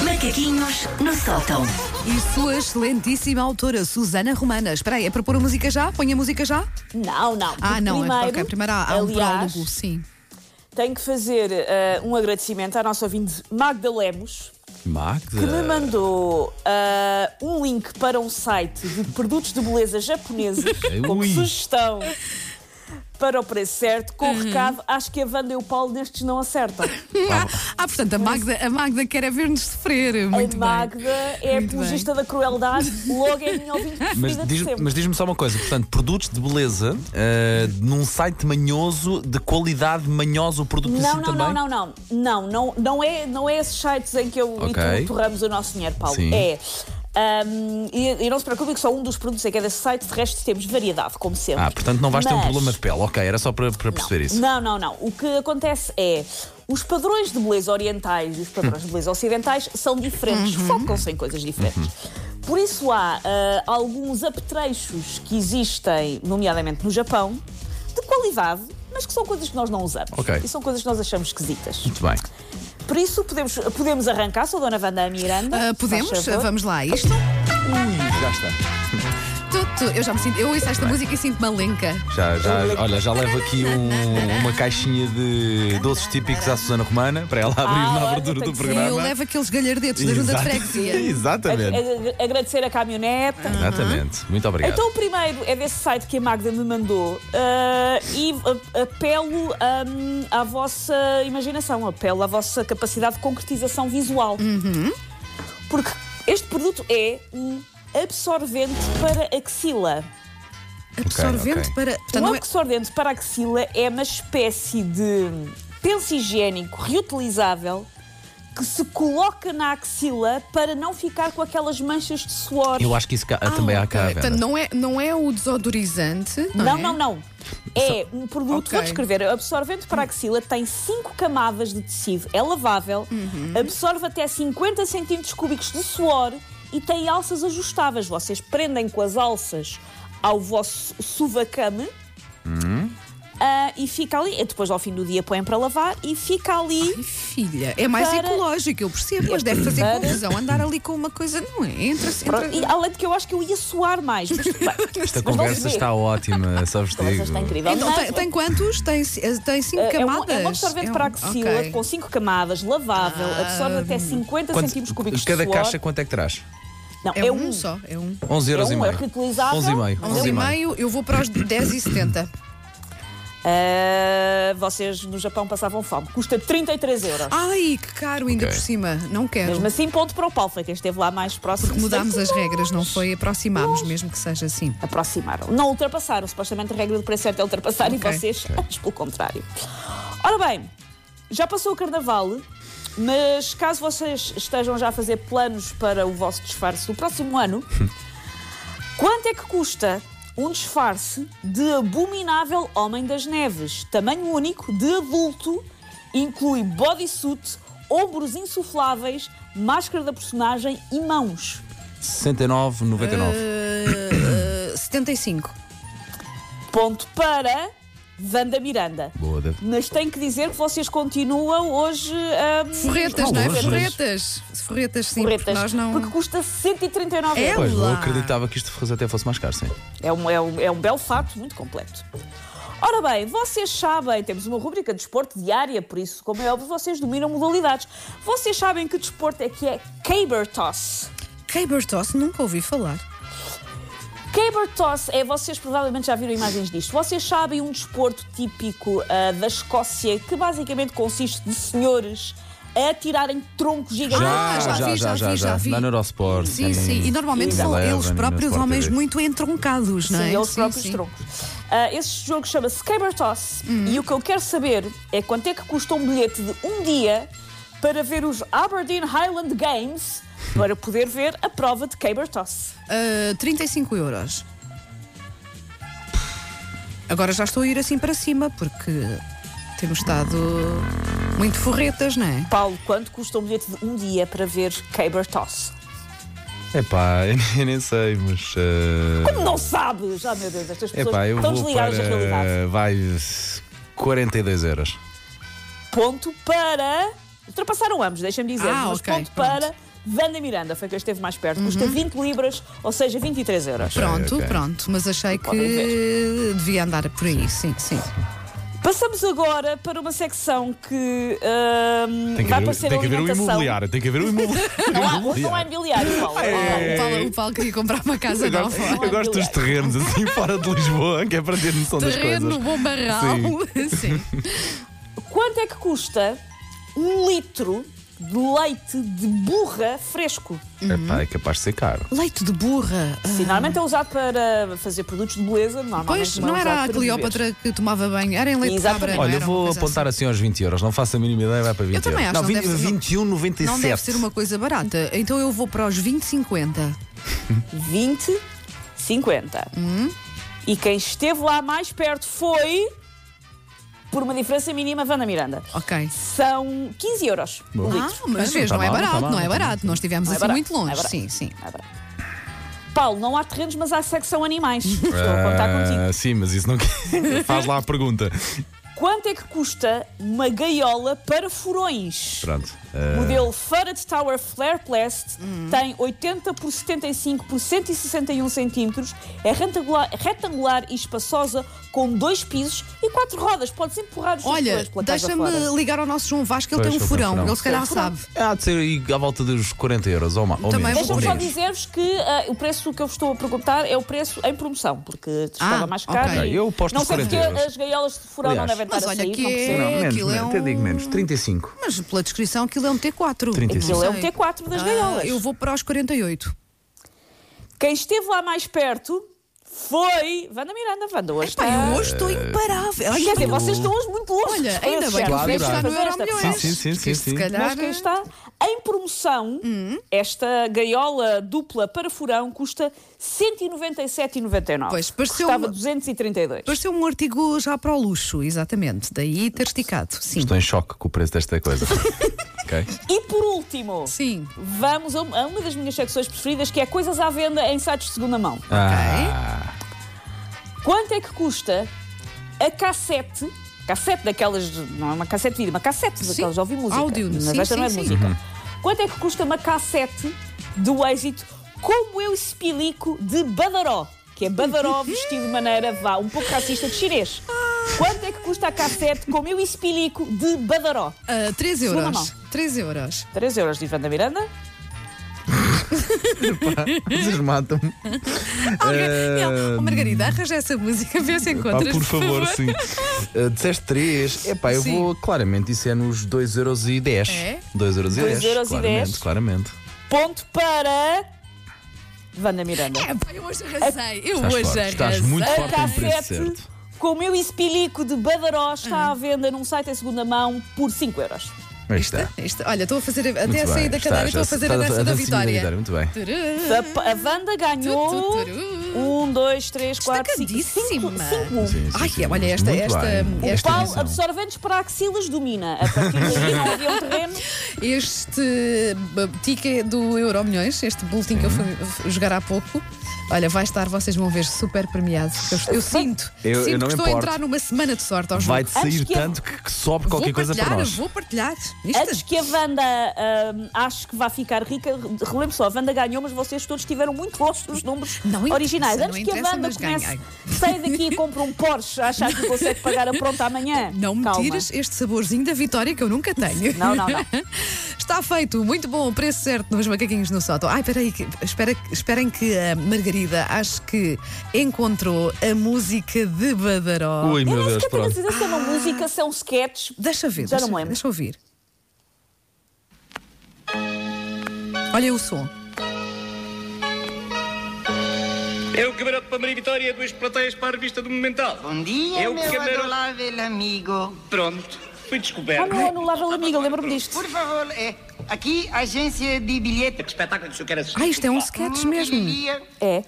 Macaquinhos no sótão. E sua excelentíssima autora, Susana Romana. Espera aí, é propor a música já? Põe a música já? Não, não. Ah, Porque não, é primeiro, porque primeiro há, há um aliás, prólogo, sim. Tenho que fazer eh, um agradecimento à nossa ouvinte Magda Lemos, que me Magda. mandou eh, um link para um site de produtos de beleza japoneses como Ui. sugestão para o preço certo, com Uhum. o recado: acho que a Wanda e o Paulo nestes não acertam. Ah, ah, portanto, a Magda, a Magda quer é ver-nos sofrer. Muito bem. a Magda é Muito apologista da crueldade, logo é a minha ouvinte Mas, preferida de diz, sempre. mas diz-me só uma coisa, portanto, produtos de beleza ah, num site manhoso, de qualidade manhosa, o produto em si Não, não, também? não, não, não, não, não, não é, não é esses sites em que eu e Ok. tu torramos o nosso dinheiro, Paulo. Sim. É. hum, e, e não se preocupe que só um dos produtos é que é desse site, de resto temos variedade, como sempre. Ah, portanto, não vais ter um Mas- problema de pele. Ok, era só para, para perceber isso. Não, não, não. O que acontece é. Os padrões de beleza orientais e os padrões de beleza ocidentais são diferentes, Uhum. focam-se em coisas diferentes. Uhum. Por isso há ah, alguns apetrechos que existem, nomeadamente no Japão, de qualidade, mas que são coisas que nós não usamos. Ok. E são coisas que nós achamos esquisitas. Muito bem. Por isso, podemos, podemos arrancar, sou a Dona Wanda Miranda. Ah, se podemos? faz favor. Vamos lá, a isto. Ui, já está. Tu, tu, eu já me sinto, eu ouço esta música e sinto malenca. Já, já, olha, já levo aqui um- uma caixinha de doces típicos à Susana Romana para ela abrir Ah, na olha, abertura tem do que ser. Eu programa. levo aqueles galhardetos da junta de é? Exato. freguesia. Exatamente. Ag- ag- Agradecer a caminhoneta. Exatamente. Muito obrigado. é. Então, o primeiro é desse site que a Magda me mandou ah, e a- apelo hum, à vossa imaginação, apelo à vossa capacidade de concretização visual. Uhum. Porque este produto é um absorvente para axila. Absorvente ok. para. Portanto, o não é- absorvente para a axila é uma espécie de penso higiênico reutilizável que se coloca na axila para não ficar com aquelas manchas de suor. Eu acho que isso cá- também ah, há ok. cá. à venda. Então, Portanto, não é, não é o desodorizante. Não, Não, é? não, não. É um produto, Ok. vou descrever, absorvente para a axila, tem 5 camadas de tecido, é lavável, absorve até 50 centímetros cúbicos de suor e tem alças ajustáveis. Vocês prendem com as alças ao vosso suvacame ah, e fica ali. E depois, ao fim do dia, põem para lavar e fica ali. Ai, Filha, é mais Para- ecológico, eu percebo, mas deve fazer Para- confusão andar ali com uma coisa, não é? Entra, entra... E, além de que eu acho que eu ia suar mais. Mas, bem, mas Esta vamos conversa ver. está ótima, sabes Esta conversa está incrível. Então, Mas- tem, tem quantos? Tem, ci- eh, tem cinco É um- camadas? É um, absorvente para a axila ok. Ah. com 5 camadas, lavável, absorve até 50 centímetros cúbicos cada de suor. caixa quanto é que traz? Não, É, um, só, é um. 11 É euros e um, é meio. reutilizável. 11 e meio. Um 11 11 e meio, eu vou para os 10 e 70. Ah, vocês no Japão passavam fome. Custa 33 euros. Ai, que caro ainda Ok. por cima, não quero. Mesmo assim, ponto para o Paulo, foi quem esteve lá mais próximo. Porque mudámos as regras, não foi? Aproximámos, Nós- mesmo que seja assim. aproximaram. Não ultrapassaram. Supostamente a regra do preço certo é ultrapassar Ok. e vocês, antes pelo contrário. Ora bem, já passou o carnaval, mas caso vocês estejam já a fazer planos para o vosso disfarce do próximo ano, quanto é que custa um disfarce de abominável Homem das Neves? Tamanho único, de adulto, inclui bodysuit, ombros insufláveis, máscara da personagem e mãos. 69,99. Eh, 75. Ponto para Wanda Miranda. Boa, David. Mas tenho que dizer que vocês continuam hoje hum, a. Forretas, não é? Valores, mas- Forretas. Forretas, sim, porque nós não. Porque custa 139 É? euros. Pois, eu lá. acreditava que isto fosse- até fosse mais caro, sim. É um, é, um, é um belo fato, muito completo. Ora bem, vocês sabem, temos uma rubrica de desporto diária, por isso, como é óbvio, vocês dominam modalidades. Vocês sabem que desporto é que é caber toss. Caber toss, nunca ouvi falar. Caber toss é, vocês provavelmente já viram imagens disto. Vocês sabem um desporto típico ah, da Escócia que basicamente consiste de senhores a atirarem troncos gigantes. Ah, já vi, já vi, já vi. Na Neurosport. Sim, sim. E normalmente são Eleven, eles e no próprios Sport homens TV. muito entroncados, não é? Sim, eles próprios troncos. Ah, esse jogo chama-se Caber Toss Hum. e o que eu quero saber é quanto é que custa um bilhete de um dia para ver os Aberdeen Highland Games para poder ver a prova de Caber Toss. Ah, 35 euros. Agora já estou a ir assim para cima, porque temos estado muito forretas, não é? Paulo, quanto custa um bilhete de um dia para ver Caber Toss? Epá, eu nem sei, mas. eh, Como não sabes? Ah, meu Deus, estas pessoas Epá, eu estão vou para. desligadas da realidade. Vai. 42 euros. Ponto para. Ultrapassaram ambos, deixa-me dizer, Ah, mas ok, ponto pronto. Uhum. para Vanda Miranda foi quem esteve mais perto. Custa 20 libras, ou seja, 23 euros. Pronto, ok. pronto, mas achei que Podem devia andar por aí, sim, sim. Passamos agora para uma secção que hum, Tem que, vai haver, um- um- parecer tem que haver o alimentação. imobiliário. Tem que haver o imobiliário. Não, há- não é imobiliário, Paulo. O Paulo, o Paulo queria comprar uma casa Eu nova. gosto, eu gosto dos terrenos assim fora de Lisboa, que é para ter noção das Terreno, coisas. bom barral. Sim. Quanto é que custa um litro de leite de burra fresco? Epá, é capaz de ser caro. Leite de burra. ah, Sim, normalmente é usado para fazer produtos de beleza. Normalmente Pois, não é era usado a para beber. Cleópatra que tomava banho, era em leite de cabra. Exatamente. não Olha, eu era uma vou coisa apontar assim aos 20 euros, não faço a mínima ideia, vai para 20 também euros. acho, não não, deve ser- 21,97. assim. Não deve ser uma coisa barata. Então eu vou para os 20,50. 20, 50. Hum? E quem esteve lá mais perto foi, por uma diferença mínima, Vanda Miranda. Ok. São 15 euros. um litro. Ah, mas vês, tá não é mal, não tá barato, mal, não é não tá mal. barato. Nós estivemos Não é assim barato, muito não é longe. barato. Sim, sim. Não é barato. Paulo, não há terrenos, mas há secção animais. Estou a contar contigo. Ah, sim, mas isso não quer- Faz lá a pergunta. Quanto é que custa uma gaiola para furões? Pronto. O ah, Modelo Farad Tower Flare Plast Hum. tem 80 por 75 por 161 centímetros, é retangula- retangular, e espaçosa, com dois pisos e quatro rodas. Podes empurrar os teus Olha, furões pela casa fora. deixa-me ligar ao nosso João Vasco, ele Pois, tem um ele tem um furão. furão. Ele se calhar sabe. Ah, Há de ser aí à volta dos 40 euros ou, ma- ou Também menos. vou ou Deixa-me só menos. dizer-vos que ah, o preço que eu vos estou a perguntar é o preço em promoção, porque estava mais ok. caro. e Ah, Eu aposto não nos sei porque 40 euros. as gaiolas de furão Aliás, não devem estar mas a olha sair, que não é- percebo. Não, menos, Aquilo é menos, até um- digo menos. 35. Mas pela descrição aquilo é um T4. 35. Aquilo é um Sei. T4 das Ah, gaiolas. Eu vou para os 48. Quem esteve lá mais perto foi Wanda Miranda. Wanda hoje Pá, está- eu hoje É. estou imparável. Olha, Quer dizer, eu- vocês estão hoje muito longe. Olha, Foi ainda esse bem que o certo. Fred está no Vamos fazer Euro esta Milhões. prova. Sim, sim, porque sim, isto sim. Se calhar. Mas quem está em promoção, Hum. esta gaiola dupla para furão custa 197,99. Pois, pareceu Custava uma- 232. Pareceu um artigo já para o luxo, exatamente. Daí ter esticado. Sim. Estou em choque com o preço desta coisa. ok? E por último, Sim. vamos a uma a uma das minhas secções preferidas, que é coisas à venda em sites de segunda mão. Ah, Quanto é que custa a cassete? Cassete daquelas. de- Não é uma cassete de vídeo, uma cassete daquelas de ouvir música. áudio, mas sim, esta não é de sim, sim. música. Quanto é que custa uma cassete do êxito Como Eu Espilico de Badaró? Que é Badaró vestido de maneira, vá, um pouco racista de chinês. Quanto é que custa a cassete Como Eu Espilico de Badaró? Ah, 3 Segunda euros. 3 euros. 3 euros, diz Vanda Miranda. vocês matam-me. Ele, oh, Margarida, arranja essa música, vê Ah, se pá, encontras. por favor, sim. Uh, disseste 3, epá, eu Sim. vou, claramente, isso é nos 2,10€. É? 2,10€. 2,10. Claramente, claramente. Ponto para. Vanda Miranda. É, pá, eu hoje arrasei. Eu Estás hoje forte, arrasei. estás muito A forte. Falta um preço cassete certo. com o meu espilico de Badaró está Uhum. à venda num site em segunda mão por 5 euros. Aí está. Isto- olha, estou a fazer. Até Muito é a sair bem, da está, cadeira, já estou a fazer a estás dança da dancinha vitória. Muito bem. Tururu, A, a Wanda ganhou tururu. 1, 2, 3, 4, 5, 5, Destacadíssima. 5. Sim, sim, Ai, sim, olha, mas esta- muito esta- bem. esta O pau edição. um. absorventes para axilas domina. A partir daí não havia um terreno. Este b- ticket do Euro Milhões, este boletim que eu fui f- jogar há pouco, olha, vai estar, vocês vão ver, super premiado. Eu, eu sinto, Eu- eu sinto não que me estou a importo. entrar numa semana de sorte aos Vai-te sair Antes que eu- tanto que, que sobe vou qualquer coisa partilhar, para nós. vou partilhar. Antes Isto, que a Wanda hum, ache que vai ficar rica, relembro só, a Wanda ganhou, mas vocês todos tiveram muito longe dos números Não interessa, originais. não Antes que a interessa, Wanda mas ganhei. comece, sai daqui e compra um Porsche, a achar que consegue pagar a pronta amanhã. não me Calma. tiras este saborzinho da vitória que eu nunca tenho. Não, não, não. Está feito, muito bom, o preço certo nos macaquinhos no sótão. Ai, espera aí, que- espera, esperem que a Margarida acho que encontrou a música de Badaró. Ui, Eu meu nem Deus, sequer tenho a pronto. certeza se é uma música, se é um sketch. Deixa ver, Já deixa, não me ver, lembro. deixa ouvir. Olha o som. Eu, Camarão para Maria Vitória, duas plateias para a revista do Momental. Bom dia, Eu, meu primeiro- adorável amigo. Pronto, fui Ah, descoberto. não é no Lava Amiga, lembro-me disto. Por favor, é, aqui, agência de bilhete. Que espetáculo que o senhor quer assistir? Ah, isto é um sketch Hum, mesmo. Lilia, É.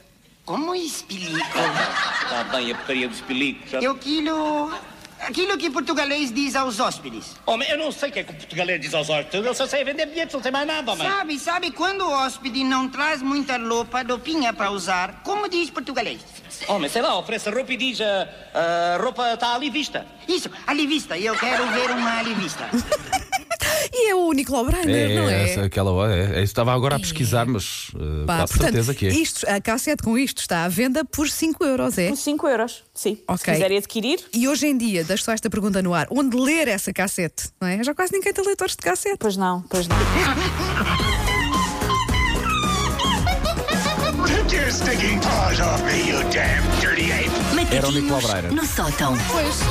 Como espilico. Está bem a porcaria dos pelicos. sabe? É aquilo... Aquilo que português diz aos hóspedes. Homem, eu não sei o que é que o português diz aos hóspedes. Eu só sei vender bilhetes, não sei mais nada, homem. Sabe, sabe, quando o hóspede não traz muita roupa, roupinha para usar, como diz português? Homem, sei lá, oferece roupa e diz a, a roupa está ali vista. Isso, alivista, eu quero ver uma alivista. E é o Nicolau Breiner, não é? essa- aquela hora. É, é, isso estava agora a pesquisar, mas eh, Pá, dá por certeza que é. Isto, a cassete com isto está à venda por 5 euros, é? Por 5 euros, sim. Se Ok. quiserem adquirir, E hoje em dia, deixo só esta pergunta no ar: onde ler essa cassete? Não é? Já quase ninguém tem leitores de cassete. pois não, pois não. Take your stinking paws off me, you damn dirty ape! Era o Nicolau Macaquinhos Breira. no sótão. Pois.